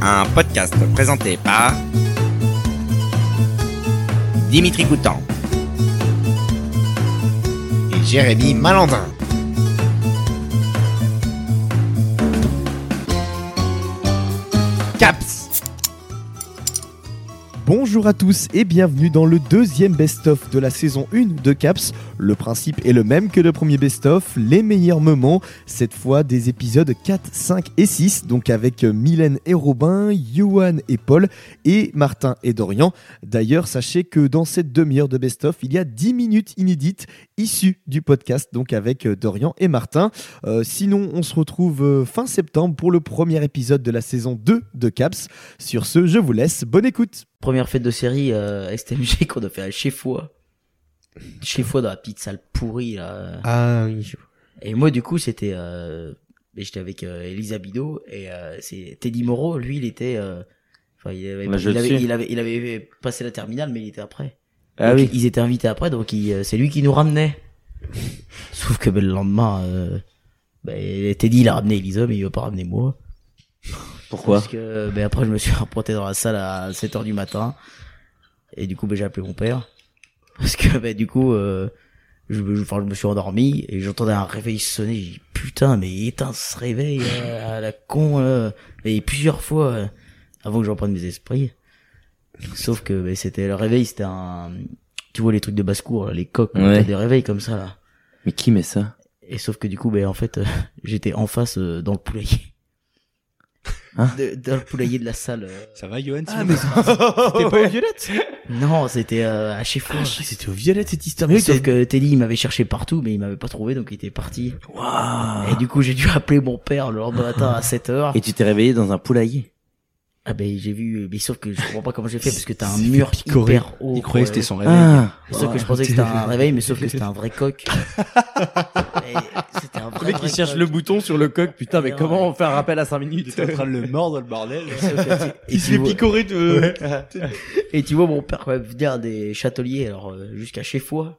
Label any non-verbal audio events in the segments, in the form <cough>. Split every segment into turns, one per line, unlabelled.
un podcast présenté par Dimitri Coutan
et Jérémy Malandin.
Caps.
Bonjour à tous et bienvenue dans le deuxième best-of de la saison 1 de Caps. Le principe est le même que le premier best-of, les meilleurs moments, cette fois des épisodes 4, 5 et 6, donc avec Mylène et Robin, Johan et Paul, et Martin et Dorian. D'ailleurs, sachez que dans cette demi-heure de best-of, il y a 10 minutes inédites issues du podcast, donc avec Dorian et Martin. Euh, sinon, on se retrouve euh, fin septembre pour le premier épisode de la saison 2 de Caps. Sur ce, je vous laisse, bonne écoute
Première fête de série euh, STMG <laughs> qu'on a fait à chez Foi. Chez Foi dans la petite salle pourrie là.
Ah oui.
Et moi du coup c'était euh, mais j'étais avec euh, Elisa Bido et euh, c'est Teddy Moreau, lui il était euh, enfin il avait,
Là, Bah, je
il,
le
avait,
suis.
il avait il avait passé la terminale mais il était après.
Ah
Donc,
oui.
Ils étaient invités après donc il, euh, c'est lui qui nous ramenait. Sauf que ben, le lendemain euh, ben, Teddy il a ramené Elisa mais il veut pas ramener moi.
Pourquoi
Parce que ben après je me suis <laughs> rapporté dans la salle à 7h du matin et du coup ben j'ai appelé mon père parce que ben du coup euh, je, me- je- enfin, je me suis endormi et j'entendais un réveil sonner, j'ai dit putain mais éteins ce réveil euh, à la con euh. et plusieurs fois euh, avant que je reprenne mes esprits. Sauf que ben, c'était le réveil, c'était un tu vois les trucs de basse-cour, là, les coques,
Ouais.
t'as des réveils comme ça là.
Mais qui met ça
Et sauf que du coup, ben en fait, euh, <laughs> j'étais en face euh, dans le <laughs> poulailler.
Hein
De- dans le poulailler de la salle. euh.
Ça va, Johan
Ah mais c'était pas Violette
Non, c'était euh, à chez Fouin.
C'était au Violette cette histoire.
Sauf que Teddy, il m'avait cherché partout, mais il m'avait pas trouvé, donc il était parti. Et du coup, j'ai dû appeler mon père le lendemain matin <laughs> à 7h.
Et tu t'es réveillé dans un poulailler.
Ah ben, j'ai vu, mais sauf que je comprends pas comment j'ai fait, parce que <laughs> t'as un
C'est fait
mur
picorer.
hyper haut.
Il croyait que
quoi.
c'était son réveil.
Ah
Sauf que je pensais que c'était un réveil, mais sauf que c'était un vrai <laughs> coq. Et c'était un vrai, vrai coq.
bouton sur le coq, putain,
mais comment on
fait un rappel à 5 minutes
T'es en train de le mordre, le bordel.
Et tu vois-
picorer de...
Et tu vois mon père quand même venir des châteliers, alors euh, jusqu'à chez Foi,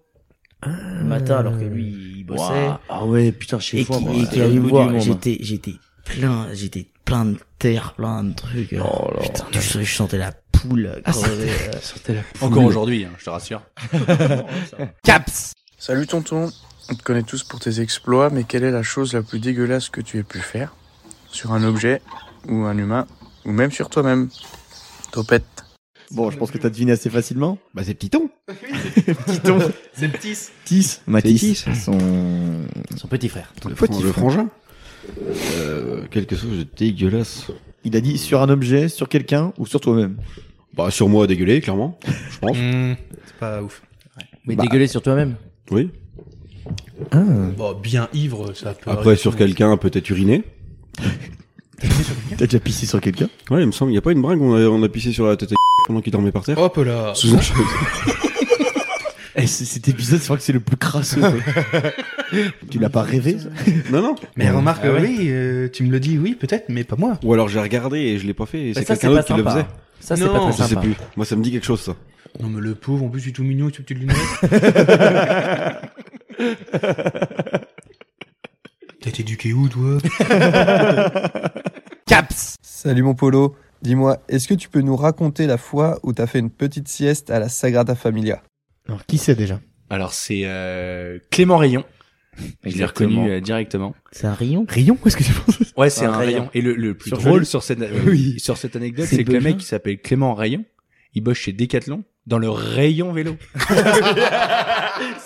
le matin, alors que lui
Bah,
il bossait.
Ah ouais, putain, chez
Et
toi,
qui,
moi,
et
c'est
qui
au
allait me
bout du
voir,
monde.
j'étais, j'étais plein, j'étais plein de terre, plein de trucs. euh.
Oh
Putain, tu sais, je sentais la poule.
Ah,
crever, euh.
Encore aujourd'hui, hein, je te rassure.
Caps.
Salut tonton, on te connaît tous pour tes exploits, mais quelle est la chose la plus dégueulasse que tu aies pu faire Sur un objet, ou un humain, ou même sur toi-même Topette.
Bon, je pense que t'as deviné assez facilement.
Bah, c'est Python.
Titon,
C'est le Tis.
Tis, Matisse, son...
Son petit frère.
Le,
Faut-il
fran- le
faire
frangin. Euh, quelque chose de dégueulasse.
Il a dit sur un objet, sur quelqu'un ou sur toi-même.
Bah, sur moi, dégueulé, clairement. Je pense.
C'est pas ouf.
Mais dégueuler sur toi-même.
Bah,
Oui.
Bon, bien ivre, ça peut.
Après, sur quelqu'un, peut-être uriné.
T'as déjà pissé sur quelqu'un
Ouais, il me semble, il n'y a pas une bringue, on a, on a pissé sur la tête à pendant qu'il dormait par terre.
Hop là.
Sous un
Eh, c- Cet épisode, je crois que c'est le plus crasseux. quoi. <laughs> tu l'as pas rêvé ça
Non, non.
Mais remarque,
Ah ouais.
oui, euh, tu me le dis, oui, peut-être, mais pas moi.
Ou alors j'ai regardé et je l'ai pas fait et
Bah,
c'est
ça,
quelqu'un
c'est pas
d'autre qui le
sympa.
faisait.
Ça, c'est pas
Non,
très
Je sais
sympa.
plus. Moi, ça me dit quelque chose, ça.
Non, mais le pauvre, en plus, il est tout mignon avec ses
<laughs>
petites lunettes. T'as été éduqué où, toi
Caps.
Salut mon Polo, dis-moi, est-ce que tu peux nous raconter la fois où t'as fait une petite sieste à la Sagrada Familia
Alors qui c'est déjà
Alors, c'est euh, Clément Rayon. Je l'ai
Exactement.
reconnu euh, directement.
C'est un rayon.
Rion, est-ce que tu penses
Ouais, c'est un, rayon.
rayon.
Et le, le plus
Sur
drôle
le-
sur <laughs> cette, euh, sur cette anecdote,
C'est
c'est que le
Belgien.
mec qui s'appelle Clément Rayon, il bosse chez Decathlon dans le rayon <laughs> vélo.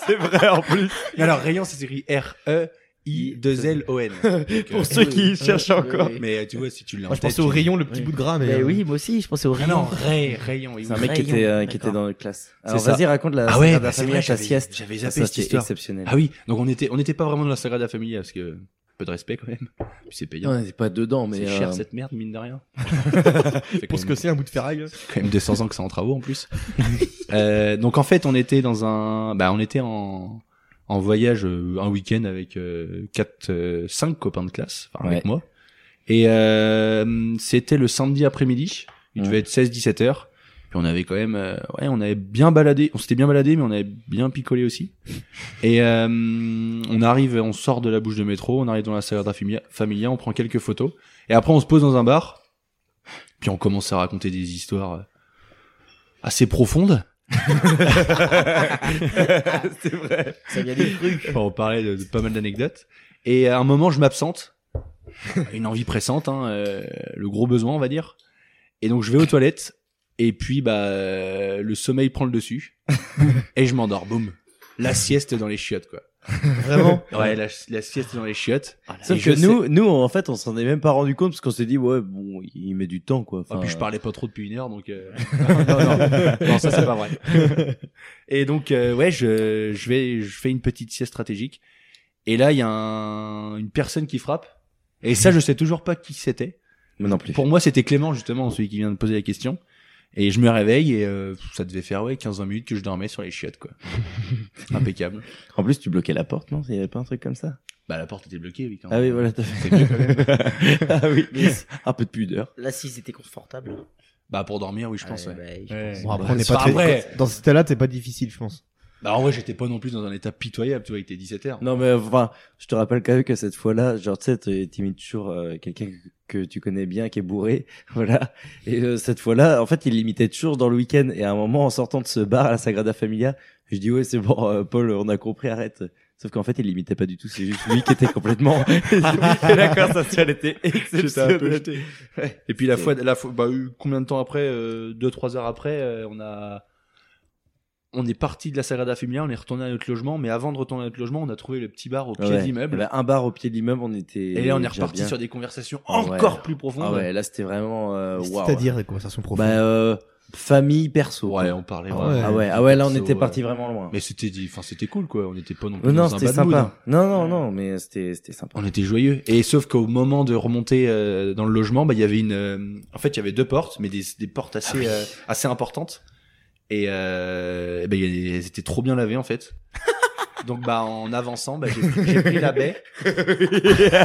C'est vrai en plus.
Mais alors, rayon, c'est écrit E <laughs> R-E-I-2-L-O-N. Donc, euh,
Pour ceux qui cherchent
oui,
encore.
oui.
Mais euh, tu vois, si tu l'as
Moi,
en
je
tête,
pensais au
tu-
rayon, le petit bout de gras, mais.
Mais oui, moi aussi, je pensais au
Ah
rayon.
non, ray, rayon. oui.
C'est un mec qui
Rayon,
était, euh, qui
d'accord.
était dans la classe.
C'est
Alors
ça.
vas-y, raconte la
Ah ouais,
Sagrada
bah, c'est
Familia,
vrai,
ta
j'avais-
sieste.
j'avais
Ça,
zappé cette
c'était
histoire.
exceptionnel.
Ah oui, donc on était, on n'était pas vraiment dans la Sagrada Familia parce que peu de respect quand même. Puis c'est payant.
On n'était pas dedans, mais...
c'est cher
euh,
cette merde, mine de rien.
<laughs> Pour ce que c'est un bout de ferraille.
quand même 200 ans que c'est en travaux
<laughs>
en plus. Euh, donc en fait, on était dans un, bah on était en en voyage euh, un week-end avec euh, quatre, euh, cinq copains de classe, enfin avec
Ouais.
moi. Et euh, c'était le samedi après-midi. Il
Ouais.
devait être 16-17 heures. Puis on avait quand même, euh, ouais, on avait bien baladé. On s'était bien baladé, mais on avait bien picolé aussi. Et euh, on arrive, on sort de la bouche de métro, on arrive dans la Sagrada Familia, Familia, on prend quelques photos. Et après, on se pose dans un bar. Puis on commence à raconter des histoires euh, assez profondes. <laughs> c'est vrai.
Ça vient des trucs.
on parlait de, de pas mal d'anecdotes. Et à un moment, je m'absente. Une envie pressante, hein, euh, le gros besoin, on va dire. Et donc, je vais aux toilettes. Et puis, bah, euh, le sommeil prend le dessus. et je m'endors. Boum. La sieste dans les chiottes, quoi.
Vraiment
Ouais, la, la sieste dans les chiottes. Et
Sauf
je
que
sais-
nous, nous, en fait, on s'en est même pas rendu compte parce qu'on s'est dit, ouais, bon, il met du temps, quoi.
Ah,
Enfin,
puis je parlais pas trop depuis une heure, donc euh, <laughs> non, non, non, ça c'est pas vrai. <laughs> Et donc euh, ouais, je, je vais, je fais une petite sieste stratégique. Et là, il y a un- une personne qui frappe. Et ça, je sais toujours pas qui c'était.
Moi non plus.
Pour moi, c'était Clément justement, celui qui vient de poser la question. Et je me réveille et euh, ça devait faire ouais 15-20 minutes que je dormais sur les chiottes
<laughs>
quoi. Impeccable.
En plus, tu bloquais la porte, non Il y avait pas un truc comme ça
Bah la porte était bloquée oui. Quand
Ah oui, voilà, t'as
C'est
fait.
mieux quand même.
<laughs> ah oui,
Mais-
un peu de pudeur.
L'assise était confortable.
Bah pour dormir oui je
Ah,
pense.
ouais,
Ouais,
bah, je
Ouais.
pense.
Bon, après, on n'est
Enfin,
pas très...
après,
Dans cet état-là, t'es pas difficile, je pense.
Bah en vrai, j'étais pas non plus dans un état pitoyable, tu vois, il était 17h.
Non, <laughs> mais enfin, je te rappelle quand même que cette fois-là, genre, tu sais, t'es- t'imites toujours euh, quelqu'un que- que tu connais bien, qui est bourré, <laughs> voilà. Et euh, cette fois-là, en fait, il l'imitait toujours dans le week-end. Et à un moment, en sortant de ce bar à la Sagrada Familia, je dis, ouais, c'est bon, euh, Paul, on a compris, arrête. Sauf qu'en fait, il l'imitait pas du tout, c'est juste lui qui était complètement...
<laughs>
<laughs> Et la conversation <laughs> était
J'étais un peu
exceptionnelle.
jeté. Et puis la fois, la fois, bah, euh, combien de temps après, euh, deux trois heures après, euh, on a, on est parti de la Sagrada Familia, on est retourné à notre logement, mais avant de retourner à notre logement, on a trouvé le petit bar au pied
Ouais.
de l'immeuble.
Voilà, un bar au pied de l'immeuble, on était...
Et là, on est
déjà
reparti
bien.
sur des conversations
Ah ouais.
encore plus profondes.
Ah ouais, là, c'était vraiment... euh, waouh.
C'est-à-dire des conversations profondes.
Bah, euh, famille, perso.
Ouais, on parlait.
Ah
vraiment
ouais.
Ah ouais,
de
ah ouais, là on
perso,
était
ouais.
parti vraiment loin.
Mais c'était, dit- enfin, c'était cool quoi. On n'était pas non plus
Non, non,
dans un
c'était
bad
hein.
mood. hein.
sympa. Non, non, non, mais c'était, c'était sympa.
On était joyeux. Et sauf qu'au moment de remonter euh, dans le logement, bah il y avait une, euh, en fait il y avait deux portes, mais des, des portes assez euh, assez importantes. Et euh, eh ben, il y a- elles étaient trop bien lavées en fait. Donc bah en avançant, bah, j'ai j'ai pris la baie. J'ai-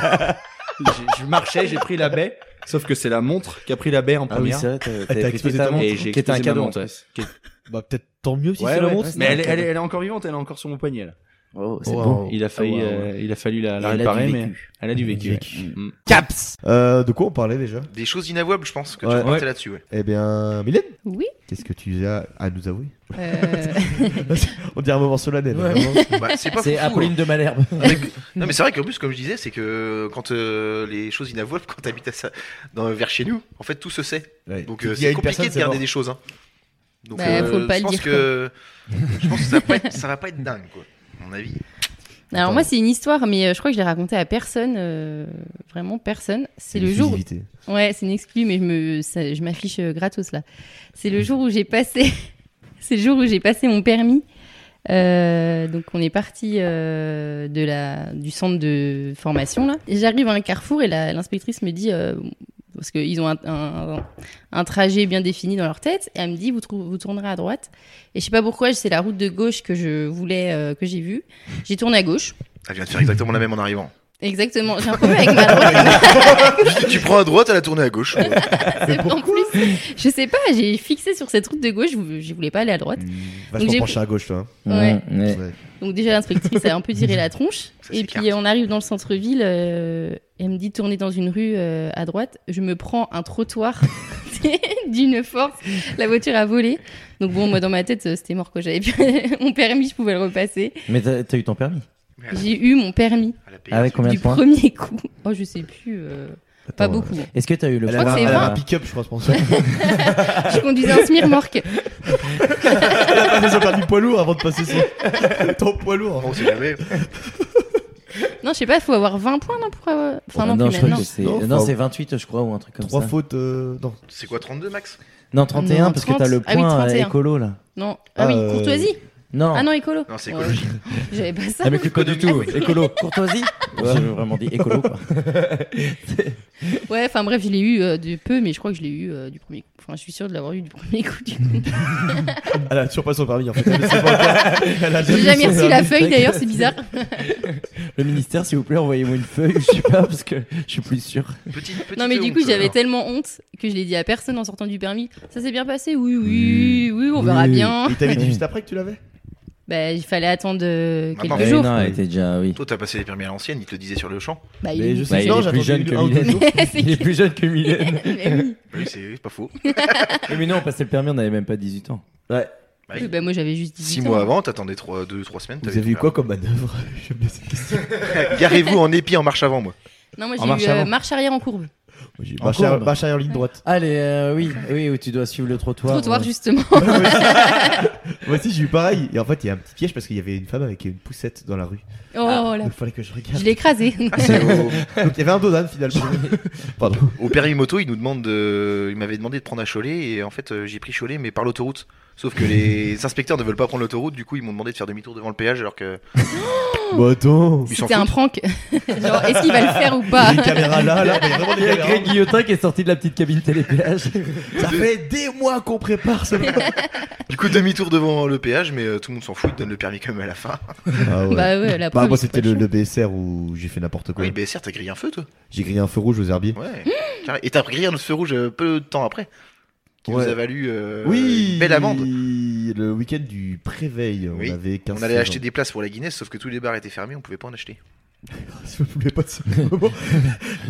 je marchais, j'ai pris la baie. Sauf que c'est la montre qui a pris la baie en
Ah oui,
première.
c'est vrai, <laughs> t'avais- t'avais
t'as
pris
explosé
ta
ta
montre,
et j'ai
qui était un
explosé ma
cadeau.
montre,
en
ouais.
plus.
Bah, peut-être tant mieux si
Ouais,
c'est la
ouais,
montre.
mais elle, est- elle est- elle est encore vivante, elle est encore sur mon poignet là.
Oh, c'est
Wow.
bon.
Il a failli,
Ah ouais,
euh, il a fallu la, la
Elle a du
réparer,
vécu.
mais elle a du vécu.
vécu.
ouais. Mm.
Caps
Euh, de quoi on parlait déjà
Des choses inavouables, je pense, que
Ouais.
tu partais là-dessus. Ouais.
Eh bien, Mylène
Oui.
Qu'est-ce que tu as à nous avouer
Euh,
<laughs> On dirait un moment solennel.
Ouais.
vraiment.
Bah,
<laughs>
c'est pas
C'est
foufou,
Apolline
hein.
de Malherbe.
Avec- hein. Non, mais c'est vrai qu'en plus, comme je disais, c'est que quand euh, les choses inavouables, <laughs> quand t'habites à ça, dans, vers chez nous, en fait, tout se sait.
Ouais.
Donc,
S'il
euh,
y a
c'est
une
compliqué
personne,
de
c'est
garder
mort.
des choses. Hein. Donc, euh,
Bah, faut pas
je
le
pense
dire,
que <laughs> je pense que ça va pas être, ça va pas être dingue, quoi. À mon avis.
Alors moi c'est une histoire, mais euh, je crois que je l'ai racontée à personne, euh, vraiment personne. C'est
Une
le jour.
exclusivité.
Où... Ouais, c'est une exclue, mais je me, ça- je m'affiche euh, gratos là. C'est le jour où j'ai passé, <laughs> c'est le jour où j'ai passé mon permis. Euh, donc on est parti euh, de la du centre de formation là. Et J'arrive à un carrefour et la- l'inspectrice me dit euh, parce qu'ils ont un, un- un trajet bien défini dans leur tête et elle me dit vous, trou- vous tournerez à droite. Et je sais pas pourquoi c'est la route de gauche que je voulais euh, que j'ai vue. J'ai tourné à gauche.
Elle vient de faire exactement la même en
<laughs>
arrivant.
Exactement, j'ai un problème avec ma droite.
tu prends à droite, elle a tourné à gauche.
<laughs>
Ah
C'est- en plus, je sais pas, j'ai fixé sur cette route de gauche, je vou- je voulais pas aller à droite. Donc,
Vachement
j'ai-
penché à gauche, toi. hein.
Ouais.
Ouais.
Ouais.
Donc déjà l'inspectrice a un peu tiré la tronche. et puis on arrive dans le centre-ville, euh, elle me dit tourner dans une rue euh, à droite. Je me prends un trottoir <laughs> d'une force, la voiture a volé. Donc bon, moi dans ma tête, euh, c'était mort quoi. J'avais <laughs> mon permis, je pouvais le repasser.
Mais t'as, t'as eu ton permis
J'ai eu mon permis
Avec combien
du
de points
premier coup. Oh, je sais plus. euh, pas beaucoup.
Est-ce que t'as eu le
Je crois que c'est
Elle avait un
20.
pick-up, je crois, c'est pour ça.
Je conduisais un smirmorque.
Elle a pas son permis poids lourd avant de passer son <laughs> ton poids lourd.
On sait jamais.
Non, je sais pas, faut avoir 20 points, non Pour avoir... Enfin, non,
non,
plus
je crois
maintenant.
que c'est,
Non,
non,
faut-
c'est 28, je crois, ou un truc comme
Trois
ça.
fautes. euh, Non.
C'est quoi 32 max
Non, 31, parce que
30.
t'as le
Ah oui,
point euh,
31.
écolo là.
Non. Ah, oui,
Euh,
courtoisie.
Non.
Ah non, écolo.
Non, c'est
Ouais.
écologie.
<laughs> J'avais pas ça.
Ah, mais plus que du tout, écolo. Courtoisie J'ai vraiment dit écolo quoi.
<laughs> Ouais, enfin bref, je l'ai eu euh, de peu, mais je crois que je l'ai eu euh, du premier coup. Enfin, je suis sûre de l'avoir eu du premier coup. Du coup.
<laughs> Elle a toujours pas son permis en fait. Elle le sait pas
<laughs>
encore. Elle a
J'ai jamais
son
reçu
permis.
la feuille d'ailleurs, c'est bizarre.
Le ministère, s'il vous plaît, envoyez-moi une feuille, je sais pas, parce que je suis plus sûr.
Non, mais du coup, j'avais tellement honte que je l'ai dit à personne en sortant du permis. Ça s'est bien passé Oui, oui, oui, on verra bien.
Il t'avait dit juste après que tu l'avais
Bah, il fallait attendre euh,
Attends,
quelques jours.
déjà, oui.
Toi, t'as passé les permis à l'ancienne, ils te le disaient sur le champ.
Bah, il- Mais <laughs> je sais que
il
non,
est plus
j'attendais
jeune
une-
que
un ou deux
Mylène.
jours.
il est plus jeune que
<laughs>
Mylène.
<laughs>
Mais
oui, c'est c'est pas faux.
Oui, mais non, on passait le permis, on n'avait même pas 18 ans. Ouais.
Oui, bah, moi, j'avais juste 18
Six
ans.
mois avant, t'attendais 3, 2, 3 semaines.
Vous
t'avais
avez eu
ton
quoi comme manœuvre J'aime bien cette question.
permis.
<laughs>
Garez-vous en épi en marche avant, moi.
Non, moi,
En
j'ai eu
marche
euh,
avant.
marche arrière en courbe.
En
marche arrière-
courbe.
marche arrière ligne droite.
Allez, euh, oui, oui, où tu dois suivre le trottoir.
Trottoir,
ouais.
justement.
<laughs> Moi aussi, j'ai eu pareil. Et en fait, il y a un petit piège parce qu'il y avait une femme avec une poussette dans la rue.
Oh
Ah,
là.
Donc, fallait que je regarde.
Je l'ai <laughs> écrasée.
Donc, il y avait un dodan finalement. Pardon.
Au périmoto, il nous demande de... il m'avait demandé de prendre à Cholet et en fait euh, j'ai pris Cholet mais par l'autoroute. Sauf que
<laughs>
les inspecteurs ne veulent pas prendre l'autoroute, du coup ils m'ont demandé de faire demi-tour devant le péage alors que
Bah, attends.
Ils s'en
C'était un
foutent.
prank. <laughs> Genre, est-ce qu'il va le faire ou pas
Il y a Greg Guillotin qui est sorti de la petite cabine télépéage.
Ça fait des mois qu'on prépare ce moment.
du coup demi-tour devant le péage mais euh, tout le monde s'en fout, ils te donnent le permis quand même à la fin.
Ah ouais.
<laughs> Bah ouais, la
Bah,
preuve,
moi,
c'est
c'était
pas
le,
chaud.
le BSR où j'ai fait n'importe quoi.
Oui, BSR, t'as grillé un feu toi
J'ai grillé un feu rouge aux herbiers. <gasps>
Ouais. Carré- Et t'as grillé un autre feu rouge euh, peu de temps après qui nous a valu euh, une belle amende.
Le week-end du préveil,
Oui.
on avait 15
on allait acheter des places pour la Guinness, sauf que tous les bars étaient fermés, on pouvait pas en acheter.
<laughs> Je voulais pas de ce
<laughs>
moment.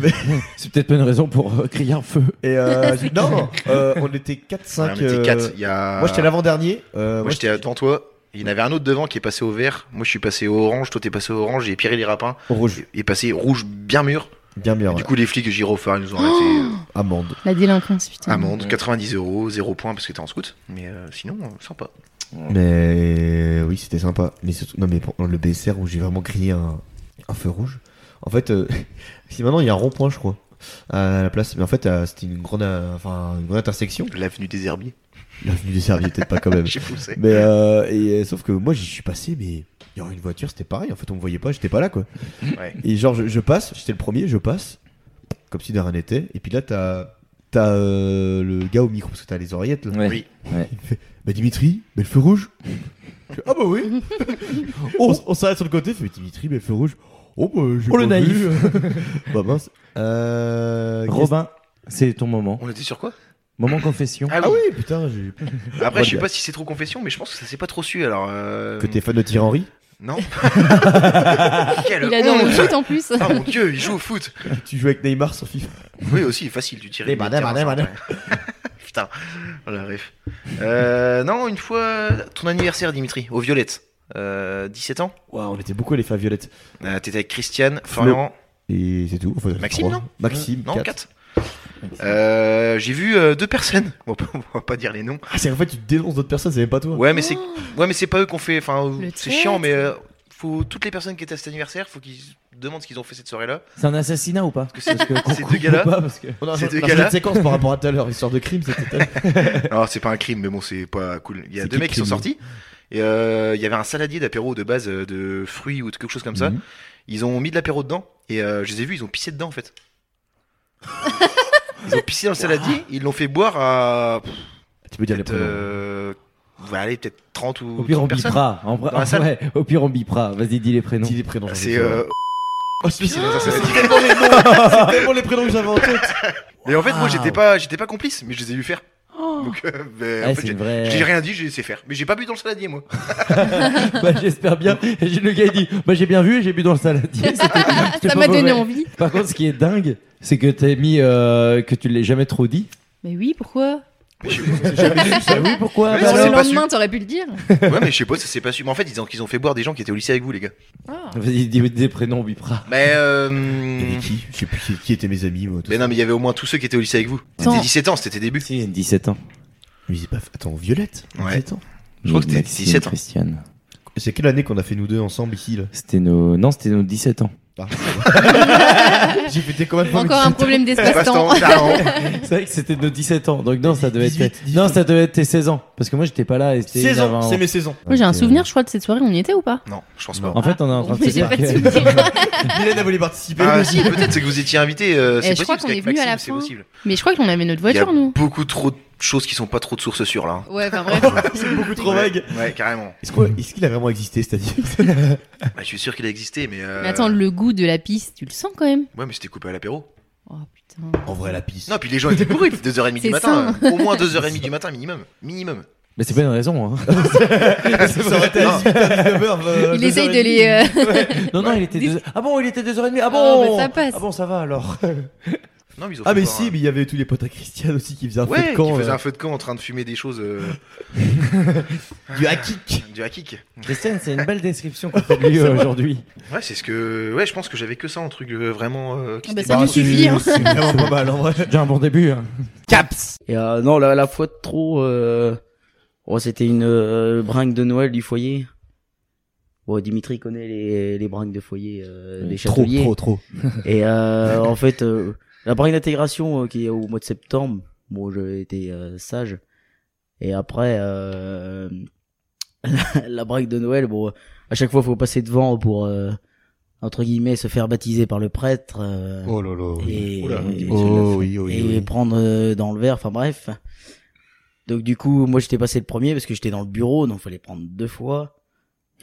Mais-
C'est peut-être pas une raison pour euh, crier un feu.
Et
<laughs>
euh, j'ai- non, non, euh, on était 4-5.
Ouais, on était quatre, il y a-
euh, Moi j'étais l'avant-dernier. euh,
moi,
moi,
j'étais devant toi. Il y en avait un autre devant qui est passé au vert. Moi, je suis passé au orange. Toi, t'es passé au orange. Et Pierre et les rapins.
Rouge.
est passé rouge bien mur.
Bien mûr.
Du coup, les flics gyrophares, ils nous ont arrêté.
Amende.
La délinquance, putain.
Amende, 90 euros, 0 points parce que t'es en scout. Mais euh, sinon, euh, sympa.
Mais oui, c'était sympa. Mais surtout, non, mais pour- le BSR où j'ai vraiment grillé un, un feu rouge. En fait, euh, <laughs> si maintenant il y a un rond-point, je crois, à la place. Mais en fait, euh, c'était une grande, euh, enfin, une grande intersection.
L'avenue des Herbiers.
L'avenue des Herbiers, peut-être pas quand même.
Je sais pas où c'est.
mais euh, et, euh, sauf que moi, j'y suis passé, mais il y aurait une voiture, c'était pareil. En fait, on me voyait pas, j'étais pas là, quoi.
Ouais.
Et genre, je, je passe, j'étais le premier, je passe, comme si de rien n'était. Et puis là, t'as t'as euh, le gars au micro parce que t'as les oreillettes là.
Ouais. Oui. Ouais.
Il me fait, bah Dimitri, mais le feu rouge. Je fais, ah
<laughs>
bah oui. on on s'arrête sur le côté, il fait Dimitri, mais le feu rouge. Oh bah j'ai
Oh, le
pas vu. <laughs>
naïf.
bah mince. Euh, qu'est-ce-
Robin, c'est ton moment.
On était sur quoi
Moment confession.
Ah oui.
Ah oui, putain, j'ai.
Après, je sais
Bonne
pas si c'est trop confession, mais je pense que ça s'est pas trop su. Alors. euh,
Que t'es fan de tir Henry
Non. Quelle
Il a dans le
honte.
foot en plus.
Ah mon dieu, il joue au foot.
Tu joues avec Neymar sur FIFA.
Oui, aussi, facile, tu tirais.
Des
du
badins,
terrain,
badins,
ça,
badins.
ouais. <laughs> Putain, oh la ref. Euh, non, une fois, euh, ton anniversaire, Dimitri, aux Violettes. Euh, 17 ans
Waouh, on était beaucoup les femmes violettes.
Euh, T'étais avec Christiane, Florian,
Et c'est tout. Enfin,
Maxime,
trois.
non
Maxime.
Non,
quatre.
4. Euh, J'ai vu euh, deux personnes. On va, pas, on va pas dire les noms.
Ah, c'est en fait, tu dénonces d'autres personnes, c'est même pas toi.
Ouais,
<laughs>
mais c'est ouais, mais c'est pas eux qu'on fait. Enfin, euh, c'est
traître.
chiant, mais euh, faut toutes les personnes qui étaient à cet anniversaire, faut qu'ils demandent ce qu'ils ont fait cette soirée-là.
C'est un assassinat ou pas
Parce que <laughs>
Parce que
ces
qu'on
deux gars-là,
coupe pas, parce que-
On a
ces
un-
deux
un
gars-là-
jeu de séquence par rapport à tout à l'heure, histoire de crime,
<laughs>
c'était.
Alors c'est pas un crime, mais bon, c'est pas cool. Il y a
C'est
deux
qui
mecs qui
crime
sont sortis. Et euh, il y avait un saladier d'apéro de base euh, de fruits ou de quelque chose comme ça.
Mhm.
Ils ont mis de l'apéro dedans et euh, je les ai vus, ils ont pissé dedans en
<laughs>
fait. ils ont pissé dans le saladier, ils l'ont fait boire à.
Tu peux dire les
peut-être, euh, bah, allez, peut-être 30 ou
Au pire,
30
on
personnes.
bipera. En vrai-
Dans la salle.
ouais, au pire, on bipera. Vas-y, dis les prénoms. Ah, Dis
les prénoms.
C'est. Euh... pissé dans un saladier.
tellement
<laughs>
les noms, c'est tellement les prénoms que j'avais en tête.
Et en fait, moi,
Waouh. Oh.
j'étais pas, j'étais pas complice, mais je les ai vu faire. Donc, euh, ben, en
Ouais,
fait,
c'est
j'ai
une
<laughs>
vraie-
j'ai rien dit, j'ai laissé faire. Mais j'ai pas bu dans le saladier, moi.
bah, j'espère bien. Et j'ai- le gars il dit Bah, j'ai bien vu et j'ai bu dans
<laughs>
le saladier. C'était- c'était pas
Ça m'a donné
mauvais.
envie.
Par contre, ce qui est dingue, c'est que t'as mis euh, que tu l'aies jamais trop dit.
Mais oui, pourquoi
Bah oui, pourquoi
Mais
Bah
ça
Le
s'est pas su.
lendemain, t'aurais pu le dire.
Ouais, mais je sais pas, ça s'est pas su. Mais en fait, ils ont, ils ont fait boire des gens qui étaient au lycée avec vous, les gars.
Vas-y, dis des prénoms, on bipera.
Mais
Il y
euh...
avait qui Je sais plus qui, qui étaient mes amis, moi. tout
Mais
ça.
non, mais il y avait au moins tous ceux qui étaient au lycée avec vous.
Attends.
C'était 17 ans, c'était tes débuts.
Si, 17 ans.
Mais c'est pas. Attends, Violette
Ouais.
17 ans.
Je crois que c'était
Maxime,
17 ans.
Christiane.
C'est quelle année qu'on a fait nous deux ensemble ici là
C'était nos. Non, c'était nos 17 ans.
Ah, J'ai fêté combien de fois
Encore un
mes 17 ans
problème <laughs>
<laughs>
d'espace-temps.
Ah,
C'est vrai que c'était nos 17 ans. Donc, non, ça devait
18,
être. Non, ça devait être tes 16 ans. Parce que moi, j'étais pas là. et c'était
16 ans,
avant- euh,
c'est mes 16 ans.
Moi, j'ai un souvenir, je crois, de cette soirée. On y était ou pas
Non, je pense pas.
En fait, on est en train de se
J'ai
dire
pas de
que-
souvenir.
<laughs>
Mylène a voulu participer.
Ah, si, peut-être c'est que vous étiez invité.
Eh,
Euh, c'est
je
possible,
crois
parce
qu'on est
qu'avec
venu à la
Maxime, c'est
fin.
possible.
Mais je crois qu'on avait notre
Il y a
voiture, nous.
beaucoup trop de choses qui sont pas trop de sources sûres, là. hein.
Ouais, enfin bref.
C'est beaucoup trop vague.
Ouais, carrément.
Est-ce qu'on- est-ce qu'il a vraiment existé, c'est-à-dire
Bah, je suis sûr qu'il a existé, mais. euh,
Mais attends, le goût de la piste, tu le sens quand même
Ouais, mais c'était coupé à l'apéro.
Oh putain.
En vrai, la piste.
Non, puis les gens étaient bourrés, 2h30 du
C'est
matin.
sain.
euh, Au moins 2h30 du matin, minimum. Minimum.
Mais c'est pas une raison. Hein.
Ça aurait été à 18, à 19, euh,
Il essaye de les, euh,
Ouais. Non, non, il était 2 Ah bon, il était 2h30. Ah
Oh,
bon
mais ça passe.
Ah bon, ça va alors.
Non, mais ils ont
Ah,
fait
mais
voir,
si,
hein.
mais il y avait tous les potes à Christian aussi qui faisaient un feu
Ouais,
de camp.
qui faisait
euh.
un feu de camp en train de fumer des choses. <laughs> euh, Ah.
Du hackik.
Du hackik.
Christian, c'est une belle description qu'on fait
<laughs>
de lui euh, aujourd'hui.
Ouais, c'est ce que. Ouais, je pense que j'avais que ça en truc euh, vraiment. euh, qui
Ah bah,
s'était
ça
pas-
nous suffit, hein.
c'est vraiment pas mal, en vrai.
C'est déjà un bon début. hein.
Caps Et euh, non, la, la fois de trop, euh... oh, c'était une euh, bringue de Noël du foyer. Bon, Dimitri connaît les, les bringues de foyer euh, des
Trop,
châteliers.
trop, trop.
Et euh, <laughs> en fait, euh, la bringue d'intégration euh, qui est au mois de septembre, bon, j'ai été euh, sage. Et après, euh, <laughs> la, la bringue de Noël, bon, à chaque fois, faut passer devant pour... euh, entre guillemets, se faire baptiser par le prêtre. euh,
Oh là là, oui.
Et,
Oula,
et-
oh oui, oh oui,
et
oui.
prendre euh, dans le verre, enfin bref. Donc du coup, moi j'étais passé le premier parce que j'étais dans le bureau, donc fallait prendre deux fois.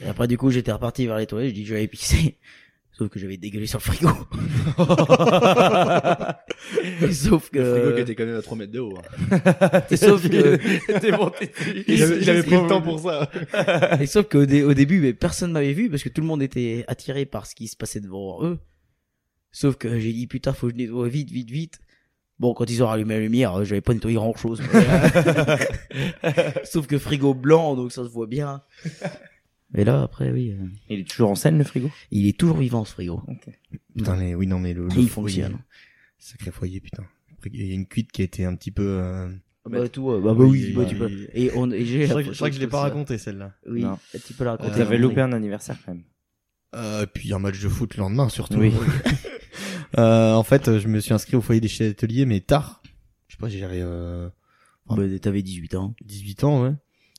Et après du coup, j'étais reparti vers les toilettes, je dis que j'avais pissé. <laughs> Sauf que j'avais dégueulé sur le
<laughs>
frigo. <laughs> Sauf que...
Le
<laughs>
frigo qui était quand même à 3 mètres de haut. <laughs>
Et sauf que...
T'es monté dessus. Il avait- il avait pris le temps pour ça.
Et sauf qu'au dé- au début, mais personne m'avait vu parce que tout le monde était attiré par ce qui se passait devant eux. Sauf que j'ai dit putain, faut que je nettoie vite, vite, vite. Bon, quand ils ont rallumé la lumière, euh, j'avais pas nettoyé grand chose. <laughs> sauf que frigo blanc, donc ça se voit bien. Mais là, après, oui. euh,
Il est toujours en scène, le frigo
Il est toujours vivant, ce frigo.
Putain, mais oui, non, mais le. le foyer,
Il fonctionne.
euh, Sacré foyer, putain. Après, Il y a une cuite qui a été un petit peu. euh,
Bah, tout, euh, bah, bah oui, bah, tu peux. Et on, et j'ai.
Ah, Je crois que- je crois que je l'ai pas raconté, celle-là.
Oui,
Non.
tu peux la raconter.
T'avais loupé
un anniversaire quand même.
Euh, puis un match de foot le lendemain surtout.
Oui.
Euh, en fait, je me suis inscrit au foyer des châteliers, mais tard. Je sais pas, j'avais. Euh...
Bah, t'avais 18 ans.
18 ans, ouais.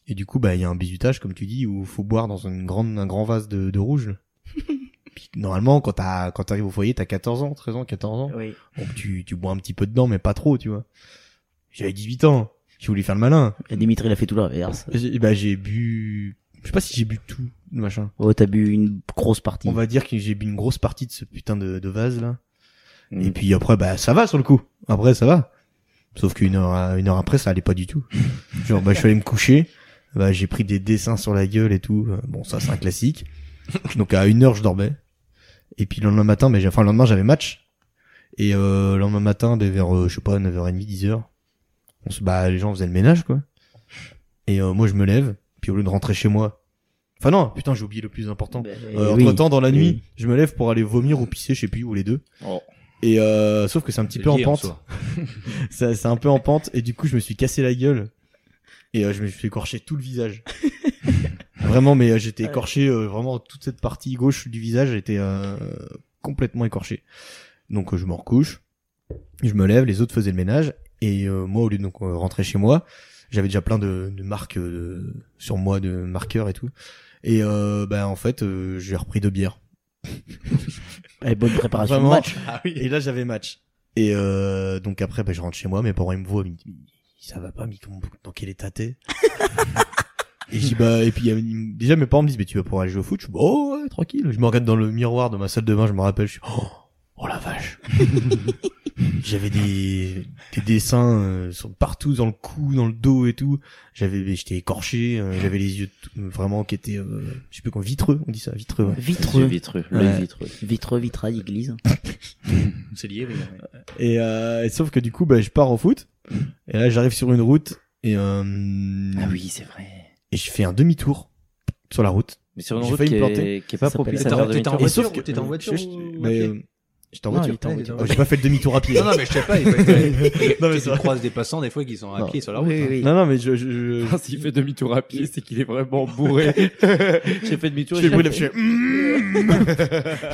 Et du coup, bah, il y a un bisutage, comme tu dis, où faut boire dans une grande, un grand vase de, de rouge. Puis, normalement, quand t'as, quand t'arrives au foyer, t'as 14 ans, 13 ans, 14 ans.
Oui.
Donc, tu, tu bois un petit peu dedans, mais pas trop, tu vois. J'avais 18 ans. J'ai voulu faire le malin.
Et Dimitri, il a fait tout l'inverse.
J'ai- Bah, j'ai bu, je sais pas si j'ai bu tout, le machin.
Oh, t'as bu une grosse partie.
On va dire que j'ai bu une grosse partie de ce putain de, de vase, là. Et puis après, bah, ça va sur le coup. Après, ça va. Sauf qu'une heure, à- une heure après, ça allait pas du tout. Genre, bah, je suis allé me coucher. Bah, j'ai pris des dessins sur la gueule et tout. Euh, Bon, ça, c'est un classique. Donc, à une heure, je dormais. Et puis, le lendemain matin, mais j'ai, enfin, le lendemain, j'avais match. Et, euh, le lendemain matin, bah, vers, euh, je sais pas, 9h30, 10h. On se, bah, les gens faisaient le ménage, quoi. Et, euh, moi, je me lève. Puis, au lieu de rentrer chez moi. Enfin, non, putain, j'ai oublié le plus
Bah,
important.
euh,
entre temps,
oui.
dans la
Oui.
nuit, je me lève pour aller vomir ou pisser, je sais plus, ou les deux.
Oh.
Et euh, sauf que c'est un petit
C'est
peu en
lié en
pente.
soi.
<laughs> Ça- c'est un peu en pente et du coup je me suis cassé la gueule et euh, je me suis écorché tout le
<laughs>
visage. vraiment, mais euh, j'étais écorché euh, vraiment toute cette partie gauche du visage était euh, complètement écorché. Donc euh, je me recouche, je me lève, les autres faisaient le ménage et euh, moi au lieu de donc euh, rentrer chez moi, j'avais déjà plein de, de marques euh, sur moi, de marqueurs et tout. Et euh, bah, en fait, euh, j'ai repris deux bières.
Et Eh, bonne préparation de
Vraiment.
match.
Et là, j'avais match. Et euh, donc après, bah, je rentre chez moi, mes parents ils me voient, ils me disent, ça va pas, mais comment- dans quel état t'es Et je dis, bah, et puis il y a- déjà mes parents me disent, mais tu vas pouvoir aller jouer au foot Je suis, bah, oh ouais, tranquille. Je me regarde dans le miroir de ma salle de bain, je me rappelle, je suis, oh, oh la vache. <laughs> J'avais des, des dessins euh, sur- partout dans le cou, dans le dos et tout. J'avais, j'étais écorché, euh, j'avais les yeux tout- vraiment qui étaient, euh, je sais plus comment, vitreux, on dit ça, vitreux. ouais.
Vitreux.
Ouais.
Vitreux, vitrail, église.
C'est lié, oui.
Et, euh, et sauf que du coup, bah, je pars au foot. Et là, j'arrive sur une route. Et, euh,
Ah oui, c'est vrai.
Et je fais un demi-tour sur la route.
Mais sur une
J'ai
route
failli
qui
me
est-
planter.
qui est pas Ça s'appelle- propice à faire
Et
demi-tour.
sauf
T'étais en voiture ou t'étais en voiture
que- je-
ou
mais,
à
euh,
pied
J'étais en
Non, il
voiture.
était en voiture.
Oh,
<laughs>
J'ai pas fait le demi-tour à
<laughs>
pied.
Non, non, mais je sais pas. Il <laughs> faut être-
Non, mais
tu
c'est vrai.
croises des passants des fois qui sont à
Non.
pied sur la route. hein.
Non, non, mais je. je, je-
S'il fait demi-tour à pied, c'est qu'il est vraiment
<laughs>
bourré. j'ai fait demi-tour.
Je fais
et
le bruit de la
j'ai fait- hmm.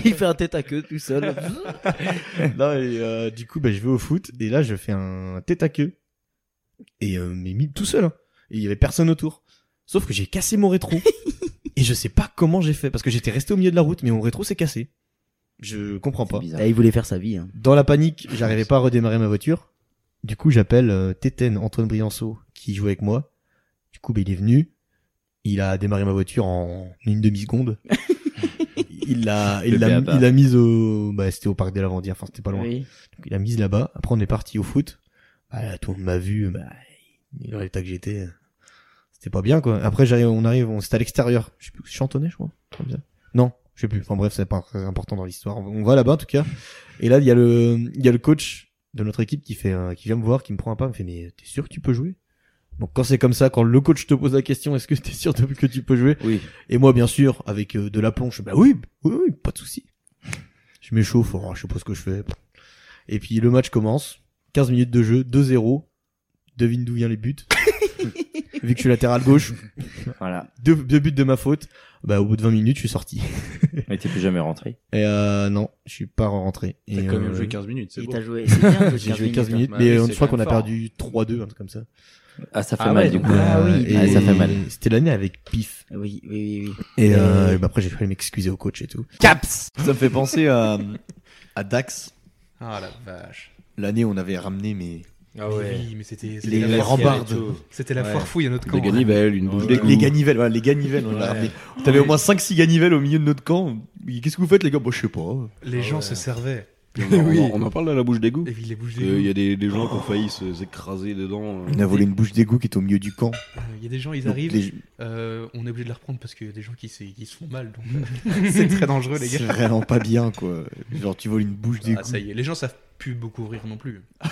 Il fait un tête à queue tout seul.
non, et, euh, du coup, bah, je vais au foot et là, je fais un tête à queue. Et euh, mais mis tout seul. hein. Et il y avait personne autour. Sauf que j'ai cassé mon rétro. et je sais pas comment j'ai fait parce que j'étais resté au milieu de la route, mais mon rétro s'est cassé. Je comprends pas.
Ah, il voulait faire sa vie. Hein.
Dans la panique, j'arrivais pas à redémarrer ma voiture. Du coup, j'appelle euh, Tétène, Antoine Brianceau, qui jouait avec moi. Du coup, bah, il est venu. Il a démarré ma voiture en une demi-seconde. il l'a, il
Le
l'a,
béaba.
il l'a mise au, bah, c'était au parc des Lavandières, enfin, c'était pas loin.
Oui.
Donc, il l'a mise là-bas. Après, on est parti au foot. Bah, tout le monde m'a vu, bah, il aurait le tas que j'étais. C'était
C'était pas bien, quoi. Après, j'arrive, on arrive, on, c'était à l'extérieur. Je sais plus, Chantonnay, je crois. Comme ça. Non, je sais plus. Enfin bref, c'est pas très important dans l'histoire. On va là-bas, en tout cas. Et là, il y a le, il y a le coach de notre équipe qui fait, euh, qui vient me voir, qui me prend un pas, me fait, mais t'es sûr que tu peux jouer? Donc quand c'est comme ça, quand le coach te pose la question, est-ce que t'es sûr de- que tu peux jouer Oui. Et moi, bien sûr, avec euh, de la plonge, bah oui, oui, oui, pas de souci. Je m'échauffe, oh, je sais pas ce que je fais. Et puis le match commence, 15 minutes de jeu, 2-0. Devine d'où viennent les buts. Vu que je suis latéral gauche.
Voilà.
Deux, deux buts de ma faute. Bah au bout de 20 minutes, je suis sorti.
<laughs> Mais t'es plus jamais rentré.
Et euh, non, je suis pas rentré.
T'as
Et,
quand même
euh,
joué 15 minutes, c'est
Et
beau.
t'as joué- c'est bien de jouer
J'ai
15
joué 15 minutes,
minutes, hein.
mais
Bah
euh,
oui,
je
c'est
crois qu'on
quand
a
même fort.
perdu 3-2, un truc comme ça.
Ah, ça fait Ah mal, ouais, du coup. donc- Ah oui.
Et
Ah, ça fait mal.
C'était l'année avec Pif.
Oui, oui, oui.
Et euh, et bah, après, j'ai fallu m'excuser au coach et tout.
Caps Ça me fait penser à, à Dax.
Ah la vache.
L'année où on avait ramené mes.
Ah ouais. Mais oui, mais c'était- c'était
les,
la
les
foire foire et
rambardes.
tout. C'était la foire fouille à notre camp.
Les ganivelles, une bouche
Ouais.
de Les ganivelles, voilà, les ganivelles, on l'a
Ouais.
ramené. T'avais au moins 5-6 ganivelles au milieu de notre camp. Qu'est-ce que vous faites, les gars Bah, je sais pas.
Les gens se servaient.
On, en- on en parle à la bouche d'égout. Euh,
Et puis les bouches
Il
d'égout.
y a des, des gens qui ont failli se- s'écraser dedans. euh.
On a volé une bouche d'égout qui est au milieu du camp.
Il Euh, y a des gens, ils
Donc,
arrivent,
les-
euh, on est obligé de les reprendre parce qu'il y a des gens qui, se- qui se font mal.
<laughs>
donc, euh, c'est très dangereux, les gars.
C'est vraiment pas bien, quoi. Genre, tu voles une bouche d'égout.
Ah, ça y est, les gens savent plus beaucoup rire non plus. Ah,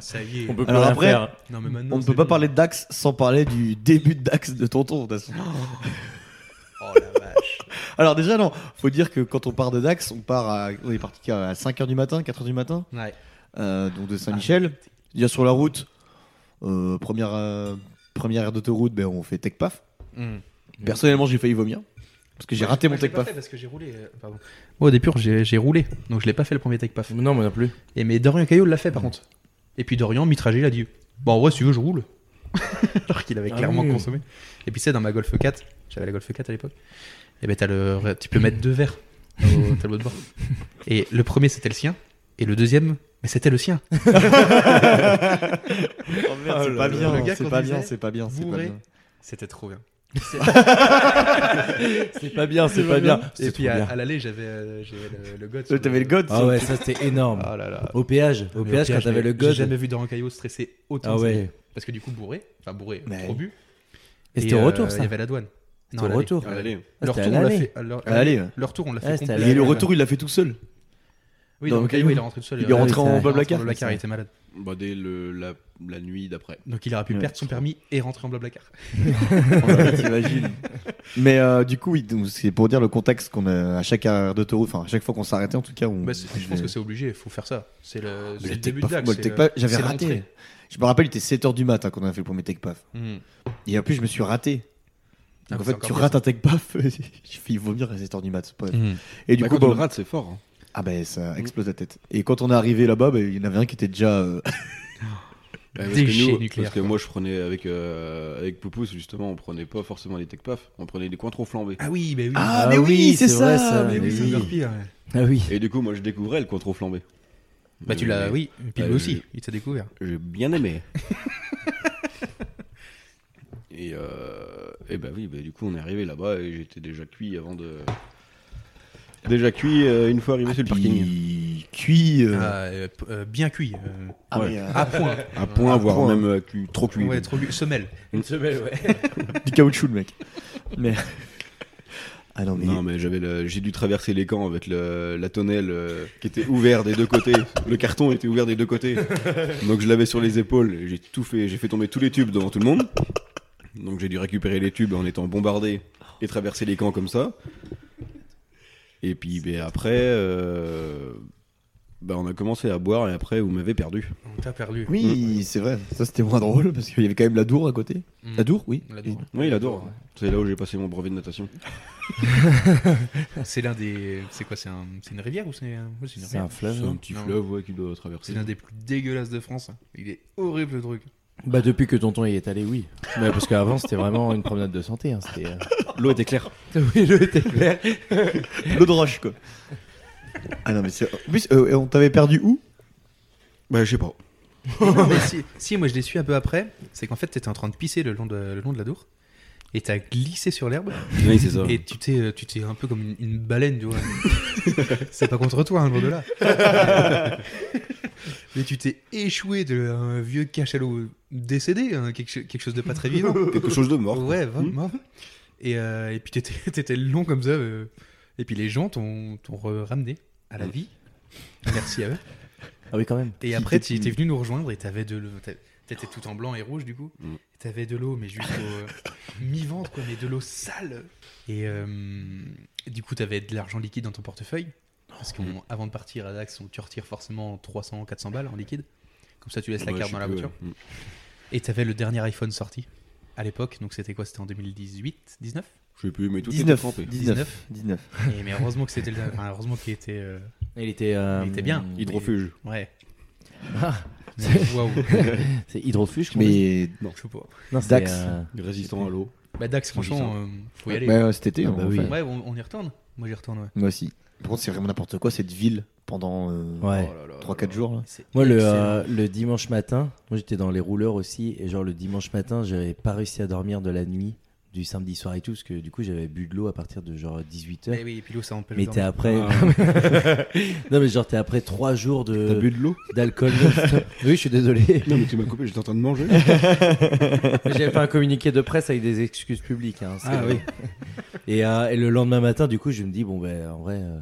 ça y est.
Alors après,
euh, Non, mais maintenant,
on ne peut
c'est
pas
bon.
parler de Dax sans parler du début de Dax de tonton, de toute façon.
Oh,
Alors déjà non, faut dire que quand on part de Dax, on part à, on est parti à 5h du matin, 4h du matin.
Ouais. Ah,
Euh, donc de Saint-Michel, il y a sur la route euh, première euh, première aire d'autoroute, ben on fait tech paf.
Mm.
Personnellement, j'ai failli vomir parce que j'ai raté mon
Moi, je l'ai
tech
pas
paf.
fait parce que j'ai roulé. euh, pardon. Moi, au début, j'ai j'ai roulé, donc je l'ai pas fait le premier tech paf.
Non, moi non plus.
Et mais Dorian Caillot l'a fait par contre. Et puis Dorian, mitragé, il a dit Bon, ouais, si tu veux, je roule. <laughs> Alors qu'il avait
Ah
clairement
oui.
consommé. Et puis, c'est dans ma Golf 4, j'avais la Golf 4 à l'époque. Et ben, t'as le, tu peux mettre deux verres
<laughs>
au tableau de bord. Et le premier, c'était le sien. Et le deuxième, mais c'était le
<laughs>
sien. oh
merde, c'est pas bien, c'est pas bien, c'est pas bien, c'est pas bien.
C'était trop bien.
C'est pas bien, c'est pas bien.
Et
C'est
puis
trop
à,
bien.
à l'aller, j'avais euh, j'avais le, le goth.
Euh, t'avais le goth, Ah ouais, ça, c'était énorme.
Ah là là.
Au péage, au
Mais
péage, quand t'avais
mais
le goth.
J'ai jamais vu Doran Caillot stresser autant.
Ah
de sa vie.
ouais.
Parce que du coup, bourré, enfin bourré,
Mais-
trop bu.
Et
euh,
c'était au retour, ça
euh, Il y avait la douane.
C'était au retour.
à l'aller.
Ah,
Le retour,
c'était à
on l'a
l'aller.
fait. à leur- <laughs>
À l'aller.
Le retour, on l'a
Ah,
fait
c'était
complet.
à l'aller.
Et le retour, il l'a fait tout seul.
Oui,
Dans
donc
Caillou.
Caillou, il est rentré tout seul.
Il est rentré
Ah oui,
en
c'est vrai.
Blablacar.
En Blablacar, il était malade.
Bah, dès le- la, la nuit d'après.
Donc il aurait pu
Ouais.
perdre son permis et rentrer en Blablacar.
T'imagines. <laughs> Mais euh, du coup, oui, donc, c'est pour dire le contexte qu'on a à chaque aire d'autoroute, enfin à chaque fois qu'on s'arrêtait en tout cas. On...
Bah, c'est- je pense que c'est obligé, il faut faire ça. C'est le, c'est
Mais
le
le
début de
Tech Paf,
Dax.
moi, le
c'est
Tech
le-
Paf, j'avais
c'est
raté.
l'entrée.
Je me rappelle, il était 7h du matin qu'on a fait le premier tech paf.
Hmm.
Et en plus, je me suis raté. Donc
Ah,
en
c'est
fait,
encore
tu
pire,
rates
ça.
un tech paf, <laughs> j'ai failli vomir à 7h du mat. c'est pas-
Hmm.
Et du
Bah,
coup,
quand on
bah,
le rate, c'est fort, hein.
Ah ben, ça explose la tête. Et quand on est arrivé là-bas, bah, il y en avait un qui était déjà. euh, <laughs>
Ouais, parce, que nous- parce que moi je prenais avec euh, avec Poupous justement on prenait pas forcément les tech paf on prenait des coins trop flambés
Ah oui, bah oui.
Ah, mais oui, c'est
vrai,
ça, mais oui.
c'est encore pire, ouais.
Ah oui.
Et du coup, moi, je découvrais le contrôle flambé.
Bah, tu l'as- oui, et puis lui aussi, il t'a découvert.
J'ai bien
<laughs>
aimé. et, euh, et bah oui, bah, du coup, on est arrivé là-bas et j'étais déjà cuit avant de. Déjà cuit euh, une fois arrivé sur le parking.
Cuit.
Ah, euh, p- euh, bien cuit. euh,
Ah,
ouais.
mais, euh,
à point.
à point,
À
voire
point.
même, euh, cuit- trop cuit.
Ouais, trop cuit. Semelle.
Une
semelle, ouais.
du caoutchouc, le mec. Mais. <laughs> Ah non, mais.
Non, mais j'avais le- j'ai dû traverser les camps avec le- la tonnelle euh, qui était ouverte des deux <laughs> côtés. Le carton était ouvert des deux côtés. Donc je l'avais sur les épaules. et J'ai tout fait, j'ai fait tomber tous les tubes devant tout le monde. Donc j'ai dû récupérer les tubes en étant bombardé et traverser les camps comme ça. Et puis ben, après, euh, ben, on a commencé à boire et après vous m'avez perdu.
On t'a perdu.
Oui, c'est vrai. Ça, c'était moins drôle parce qu'il y avait quand même la Dour à côté.
Hmm.
La Dour, oui.
Oui, il adore. C'est là où j'ai passé mon brevet de natation.
C'est l'un des. C'est quoi C'est un... c'est une rivière ou c'est un, oui, une
C'est
rivière.
un fleuve, C'est un petit fleuve, ouais, qu'il doit traverser.
hein. C'est l'un des plus dégueulasses de France. hein. Il est horrible le truc.
Bah depuis que tonton y est allé, oui. Mais parce qu'avant c'était vraiment une promenade de santé. hein, c'était, euh, L'eau était claire. oui, l'eau était claire.
L'eau de roche, quoi. Ah non, mais c'est. En plus, euh, on t'avait perdu où
Bah, je sais pas.
Non, mais si, si, moi je l'ai su un peu après, c'est qu'en fait t'étais en train de pisser le long de, le long de la Dour et t'as glissé sur l'herbe.
Oui, c'est ça.
Et tu t'es, euh, tu t'es un peu comme une, une baleine, tu vois. c'est pas contre toi, hein, loin de là. mais tu t'es échoué de un vieux cachalot
décédé, hein, quelque, cho- quelque chose de pas très vivant.
Quelque chose de mort, quoi.
<laughs>
Ouais, va-
Hmm.
mort. Et, euh, et puis t'étais, t'étais long comme ça. euh, et puis les gens t'ont, t'ont re- ramené à la vie. Merci à eux.
Ah oui, quand même.
Et après, tu étais venu nous rejoindre et t'avais de l'eau. T'avais- T'étais tout en blanc et rouge du coup.
Mm.
Et T'avais de l'eau, mais juste au, euh, mi-ventre, quoi, mais de l'eau sale. Et euh, du coup, t'avais de l'argent liquide dans ton portefeuille. Parce qu'avant de partir à Dax, on, tu retires forcément 300, 400 balles en liquide. Comme ça, tu laisses la
Ouais,
carte
je
dans la
sais plus,
voiture.
ouais. Mm.
Et t'avais le dernier iPhone sorti à l'époque. Donc c'était quoi C'était en 2018, 19
Je sais plus, mais tout était
19,
trempé.
19.
19.
Et mais heureusement que c'était le dernier. Enfin, heureusement qu'il était. euh,
Il était, euh,
il était bien. <laughs>
hydrofuge.
Mais- Ouais.
Ah.
Mais waouh.
<laughs> C'est hydrofuge, comment
Mais
Non, je sais pas.
Non, c'est, Dax. euh,
Résistant à l'eau.
Bah Dax, franchement, euh, faut y aller.
Bah, ouais, cet été,
Ah,
on
bah
va
oui.
faire.
Ouais, on, on y retourne. Moi, j'y retourne, ouais.
Moi aussi. Par contre, c'est vraiment n'importe quoi cette ville pendant euh,
Ouais.
3-4 jours. là.
Moi, le, euh, le dimanche matin, moi j'étais dans les rouleurs aussi, et genre le dimanche matin, j'avais pas réussi à dormir de la nuit, du samedi soir et tout, parce que du coup j'avais bu de l'eau à partir de genre 18h.
Mais Eh oui, et puis l'eau, ça empêche de
Mais t'es
dormir.
après.
Ah.
<laughs> non, mais genre t'es après 3 jours de.
T'as bu de l'eau
<laughs> D'alcool. non-stop. oui, je suis désolé.
Non, mais tu m'as coupé, j'étais en train
<laughs>
de manger.
J'avais fait un communiqué de presse avec des excuses publiques. hein, c'est
Ah
vrai.
oui.
Et, euh, et le lendemain matin, du coup, je me dis, bon, ben, en vrai, euh,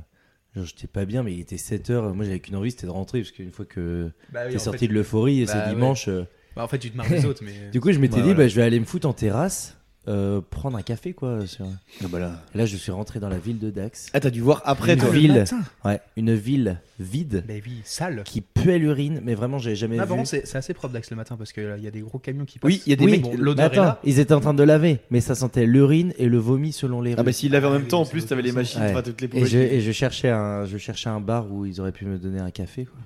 genre, j'étais pas bien, mais il était 7 heures. Moi, j'avais qu'une envie, c'était de rentrer, parce qu'une fois que
Bah oui,
t'es
en
sorti
fait,
de l'euphorie, et
bah
c'est
ouais.
dimanche. euh,
Bah, en fait, tu te marres des autres, mais-
<laughs> Du coup, je m'étais
Ouais,
dit,
voilà.
bah, je vais aller me foutre en terrasse, euh, prendre un café, quoi. sur- Et Ah, bah là, je suis rentré dans la ville de Dax.
Ah, t'as dû voir après,
une
toi. Le
Ville,
matin.
ouais, une ville vide.
Mais oui, sale.
Qui puait l'urine, mais vraiment, j'ai jamais
Ah,
vu.
par contre, c'est c'est assez propre Dax le matin parce
euh,
qu'il y a des gros camions qui passent.
Oui, il y a des mecs.
bon, l'odeur est
Attends,
là.
ils étaient en train de laver, mais ça sentait l'urine et le vomi selon les.
Ah bah
rues.
s'ils lavaient en même temps, en plus, t'avais les machines,
Ouais.
enfin, toutes les
et
poubelles.
je, et je cherchais un, je cherchais un bar où ils auraient pu me donner un café. quoi.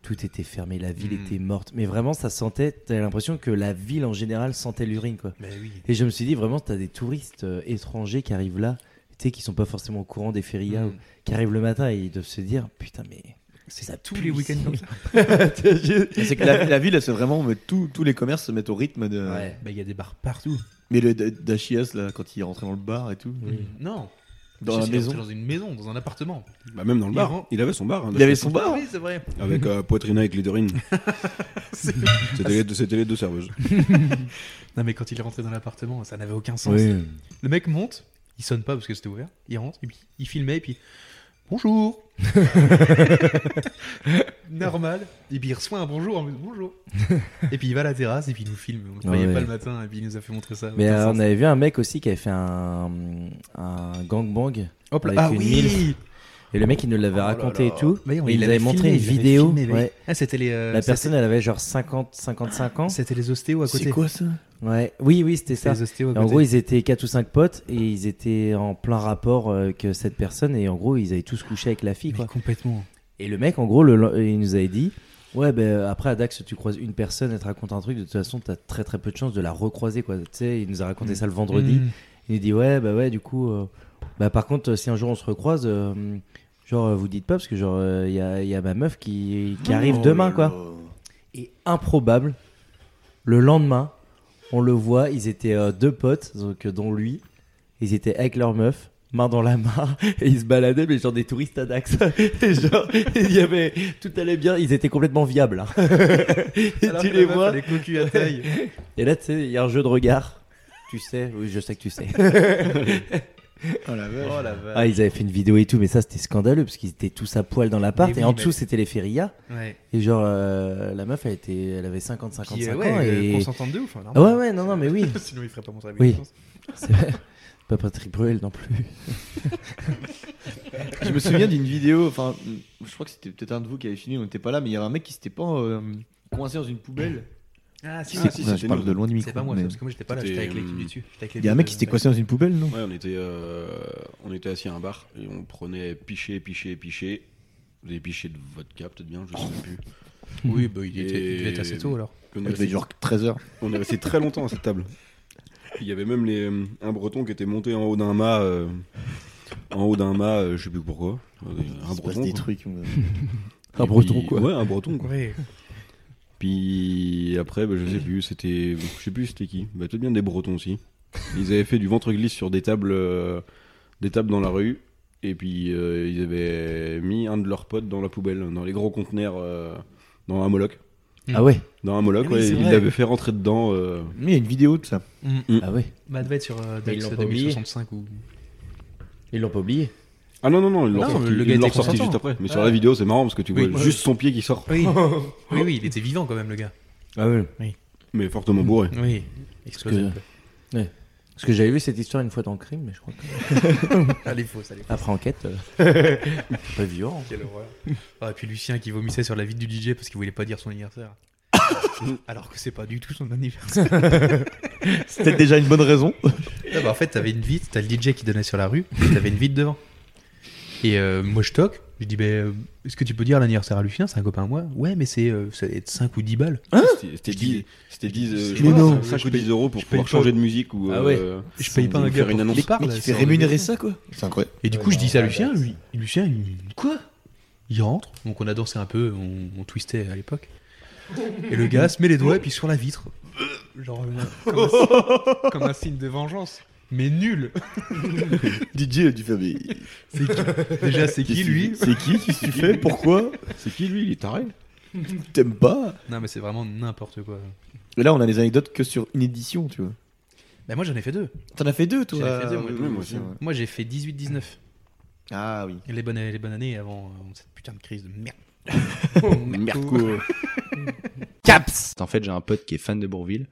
Tout était fermé, la
Hmm.
ville était morte. Mais vraiment, ça sentait. T'avais l'impression que la ville en général sentait l'urine, quoi.
Bah oui.
Et je me suis dit vraiment, t'as des touristes euh, étrangers qui arrivent là, tu sais, qui sont pas forcément au courant des férias, ou- qui arrivent le matin et ils doivent se dire, putain, mais.
Hmm. C'est tous les week-ends comme ça.
<laughs>
c'est que la, la ville, elle se vraiment, mais tous- tous les commerces se mettent au rythme de.
Ouais, bah, il y a des bars partout.
Mais le D- Dachias, là, quand il est rentré dans le bar et tout.
Non.
Dans
Je
la
sais, il est
maison.
rentré Dans une maison, dans un appartement.
Bah, même dans le
Il
bar.
rend-
Il avait son bar. hein,
Il avait
d'ailleurs.
son bar
Oui, c'est vrai.
Avec euh, Poitrina
<laughs>
et Glidorine. C'était les, deux- c'était les deux serveuses.
Non, mais quand il est rentré dans l'appartement, ça n'avait aucun sens.
Oui.
Le mec monte, il sonne pas parce que c'était ouvert, il rentre, et puis il filmait, et puis bonjour Normal. Et puis il reçoit un bonjour en mode bonjour. et puis il va à la terrasse, et puis il nous filme. On le voyait
Ouais.
pas le matin, et puis il nous a fait montrer ça.
Mais
Aucun
euh,
sens.
on avait vu un mec aussi qui avait fait un, un gangbang.
Hop là.
avec
Ah
une
oui
MILF. Et le mec, il nous l'avait raconté et tout.
Mais on
et il nous
l'avait
avait
filmé,
montré une
il l'avait
vidéo.
filmé, mais-
ouais.
Ah, c'était les, euh,
La
c'était-
personne, elle avait genre 50, 55 ans.
C'était les ostéos à côté.
C'est quoi
ça
Ouais. Oui, oui, c'était
C'était
ça.
les ostéos à
Et en
côté.
gros, ils étaient 4 ou 5 potes et ils étaient en plein rapport euh, que cette personne. Et en gros, ils avaient tous couché avec la fille. Quoi.
Complètement.
Et le mec, en gros, le, le- il nous avait dit Ouais, ben après, à Dax, tu croises une personne, elle te raconte un truc, de toute façon, t'as très très peu de chances de la recroiser, quoi. Tu sais, il nous a raconté
Mm.
ça le vendredi.
Hmm.
Mm.
Il nous dit Ouais, bah ouais, du coup, euh, bah par contre, euh, si un jour on se recroise, euh, genre, euh, vous dites pas, parce que genre, euh, il y, a, il y a ma meuf qui, qui
Oh
arrive
là
demain,
là.
quoi. Et improbable, le lendemain, on le voit, ils étaient euh, deux potes, donc, euh, dont lui, ils étaient avec leur meuf, main dans la main, <laughs> et ils se baladaient, mais genre des touristes à Dax. <laughs> Et genre, il y avait, tout allait bien, ils étaient complètement viables. hein. <laughs> et
Alors
tu
que
les
la meuf,
vois.
elle est cocu à taille.
<laughs> et là, tu sais, il y a un jeu de regard. Tu sais, oui, je sais que
<laughs>
tu sais.
Oh la vache. Oh la vache.
Ah, ils avaient fait une vidéo et tout, mais ça c'était scandaleux parce qu'ils étaient tous à poil dans l'appart
Mais
et
oui,
en
mais-
dessous c'était les férias.
Ouais.
Et genre euh, la meuf elle était, elle avait 50 55
Qui, euh,
ans
ouais,
et
consentante de ouf, hein,
Ah
normal.
ouais ouais non non mais oui.
<laughs> Sinon, il ferait pas montrer la
Oui.
médecine.
<laughs> C'est vrai. Pas Patrick Bruel non plus.
Hmm.
je me souviens d'une vidéo, enfin, je crois que c'était peut-être un de vous qui avait fini, on n'était pas là, mais il y avait un mec qui s'était pas euh, coincé dans une poubelle.
Ah, si,
Qui
ah,
s'est-
si,
je
c'était
parle
nous.
de loin du
C'est
micro.
pas moi,
mais-
parce que moi, j'étais pas là, j'étais avec l'équipe du dessus. J'étais avec
Il y a un mec qui s'était coincé dans une poubelle, non
Ouais, on était, euh, on était assis à un bar et on prenait piché, piché, piché. Des pichés de vodka, peut-être bien, je sais plus.
<laughs> Oui, bah, il était- il devait être assez tôt, alors.
On est
Il
resté-
devait genre 13 heures.
On est resté très longtemps à cette table. Il y avait même les, euh, un breton qui était monté en haut d'un mât. euh, en haut d'un mât, euh, je sais plus pourquoi. Euh, Un
se passe
breton.
des
quoi.
trucs, on-
Et
Un breton,
puis-
quoi.
Ouais, un breton quoi.
Ouais.
Puis après, bah, je sais plus, c'était. Je sais plus c'était qui. Bah, Peut-être bien des bretons aussi. Ils avaient fait du ventre glisse sur des tables, euh, des tables dans la rue. Et puis euh, ils avaient mis un de leurs potes dans la poubelle, dans les gros conteneurs, euh, dans un moloch. Ah ouais Dans un moloch,
Eh oui,
ouais,
c'est
il
vrai.
l'avait fait rentrer dedans. euh.
Il y a une vidéo de ça.
Mm.
Ah
ouais. Bah, devait être sur euh,
Mais ils
Dax
l'ont pas oublié.
2065 ou.
Ils l'ont pas oublié.
Ah non, non, non, ils l'ont
Non,
sorti,
le gars
ils l'ont
était
sorti
consentant.
juste après. Mais sur
Ouais.
la vidéo, c'est marrant parce que tu
Oui.
vois
Ouais.
juste son pied qui sort.
Oui. oui, oui, il était vivant quand même, le gars.
Ah oui.
Mais fortement bourré.
Oui,
Parce que,
explosé. un peu.
ouais. Parce que j'avais vu cette histoire une fois dans le crime, mais je crois
<laughs>
que.
Elle est fausse, elle est fausse.
Après enquête, euh,
<laughs>
pas violent. hein.
Quelle horreur. Ah, et puis Lucien qui vomissait sur la vie du DJ parce qu'il voulait pas dire
<coughs>
son anniversaire. Alors que c'est pas du tout son anniversaire.
<laughs>
C'était déjà une bonne raison.
<laughs> Ah bah, en fait, t'avais une vitre, t'as le DJ qui donnait sur la rue, et t'avais une vitre devant. Et euh, moi je toque, je dis, ben, euh, est-ce que tu peux dire l'anniversaire à Lucien C'est un copain à moi Ouais, mais c'est euh, ça va être 5 ou 10 balles.
C'était- C'était 10, c'était 10, euh,
Mais
je crois,
non.
cinq
Je
ou 10 euros pour
je paye
pouvoir
pas-
changer de musique ou
Ah ouais.
euh,
Je paye pas un gars
faire une
pour
annonce.
qu'il parle, Mais qui fait sur-
Rémunérer ça, quoi.
C'est incroyable.
Et du coup, je dis ça à Lucien, lui, Lucien, il me dit, quoi Il rentre, donc on a dansé un peu, on, on twistait à l'époque. Et le gars se met les doigts et puis sur la vitre. Genre, euh, comme, un, comme un signe de vengeance. Mais nul
DJ a dû faire
<laughs>
des.
C'est qui- Déjà, c'est qui lui
C'est qui Qu'est-ce que tu fais Pourquoi
C'est qui lui Il est taré
T'aimes pas
Non, mais c'est vraiment n'importe quoi.
Et là, on a des anecdotes que sur une édition, tu vois.
Bah, moi, j'en ai fait deux.
T'en as fait deux, toi
J'en ai fait deux, moi,
Oui,
tout.
oui, moi aussi, ouais.
Moi, j'ai fait 18-19.
Ah oui.
Et Les bonnes, les bonnes années avant euh, cette putain de crise de merde.
Merde,
Caps
En fait, j'ai un pote qui est fan de Bourville.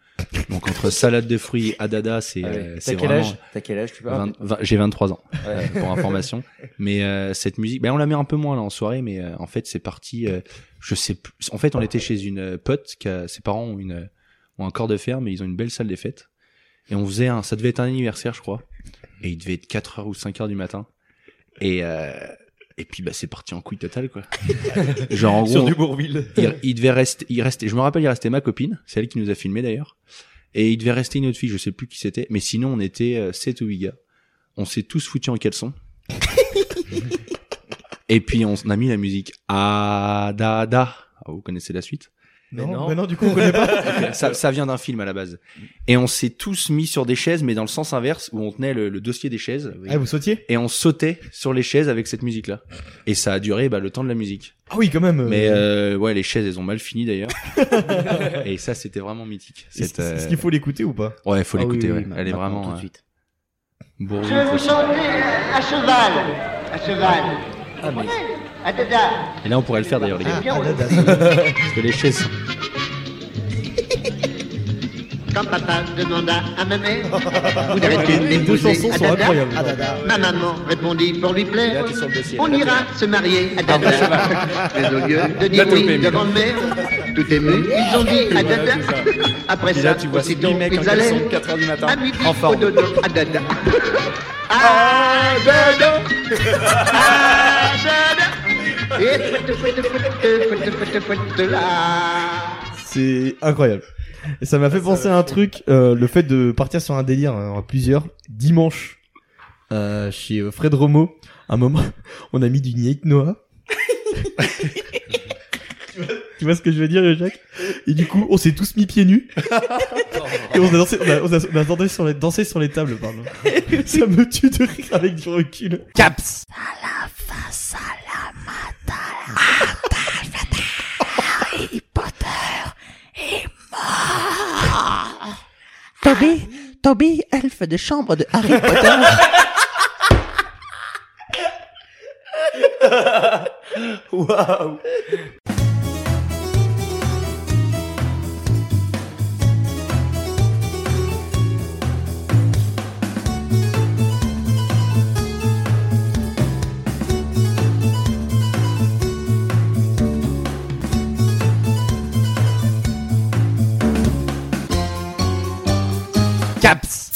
Donc, entre salade de fruits, adada, c'est
Ah ouais.
euh,
T'as
c'est
quel
vraiment-
âge T'as quel âge, tu peux
Vingt-
rappeler
vingt- J'ai 23 ans,
Ouais.
euh, pour
<laughs>
information. Mais euh, cette musique, ben, on la met un peu moins là en soirée, mais euh, en fait, c'est parti. euh, je sais plus. En fait, on était chez une euh, pote, qui a- ses parents ont, une, euh, ont un corps de ferme et ils ont une belle salle des fêtes. Et on faisait un. Ça devait être un anniversaire, je crois. Et il devait être 4h ou 5h du matin. Et. euh, et puis bah c'est parti en couille
<laughs>
totale quoi. Genre en gros
Sur
on-
du Bourvil.
il, il devait rester il restait je me rappelle il restait ma copine, c'est elle qui nous a filmé d'ailleurs. Et il devait rester une autre fille, je sais plus qui c'était, mais sinon on était euh, sept ou huit gars. On s'est tous foutus
<laughs>
en caleçon. et puis on s- on a mis la musique ah da da. Ah, vous connaissez
<laughs>
la suite
Non, mais non, du coup, on connaît pas.
Ok, ça, ça vient d'un film à la base. Et on s'est tous mis sur des chaises, mais dans le sens inverse, où on tenait le, le dossier des chaises.
<laughs> Ah, vous sautiez
Et on sautait sur les chaises avec cette musique-là. Et ça a duré bah, le temps de la musique.
Ah oui, quand même.
Mais euh, ouais, les chaises, elles ont mal fini
<laughs>
d'ailleurs. et ça, c'était vraiment mythique.
Est-ce-
Cette,
Est-ce
euh,
qu'il faut l'écouter ou pas
Ouais, il faut
Ah oui,
l'écouter.
oui,
ouais.
oui,
Elle est
maintenant,
vraiment.
tout de
euh,
suite.
bourrine,
Je vais vous
faut-
chanter à cheval. À cheval.
Ah, mais-
À dada.
Et là, on pourrait le faire d'ailleurs, les gars.
Ah, ah, là, là,
Parce que les chaises. sont-
Quand papa demanda à ma mère,
Ah
voudrais-tu
Les deux
m'épouser
chansons
à
sont
dada
incroyables.
À dada. Ma maman répondit pour lui plaire, on ira se marier à
Ah,
Dada.
bah, ça va.
Mais au lieu de dire
Là, t'es
oui
au
devant le maire, tout ému, ils ont dit à Dada. Après
Puis
ça,
là, tu vois
aussitôt,
six mecs en
ils allaient Ah,
caleçon, 4 heures du matin,
à midi,
en
au
forme.
dodo, à Dada. À Dada. À Dada. Et foute, foute, foute, foute, foute, foute, là.
C'est incroyable. Et ça m'a fait penser à un truc, euh, le fait de partir sur un délire euh, en plusieurs dimanche euh, chez euh, Fred Romo. À un moment, <laughs> on a mis du Night Noah. <laughs> Tu vois- Tu vois ce que je veux dire, Jacques Et du coup, on s'est tous mis pieds <laughs> nus. Et on a dansé, on a, on a- on a dansé sur les, dansé sur les tables, <laughs> pardon. Ça me tue de rire avec du recul. Caps
Harry Potter est mort. Toby, Toby, elfe de chambre de Harry Potter.
Waouh Caps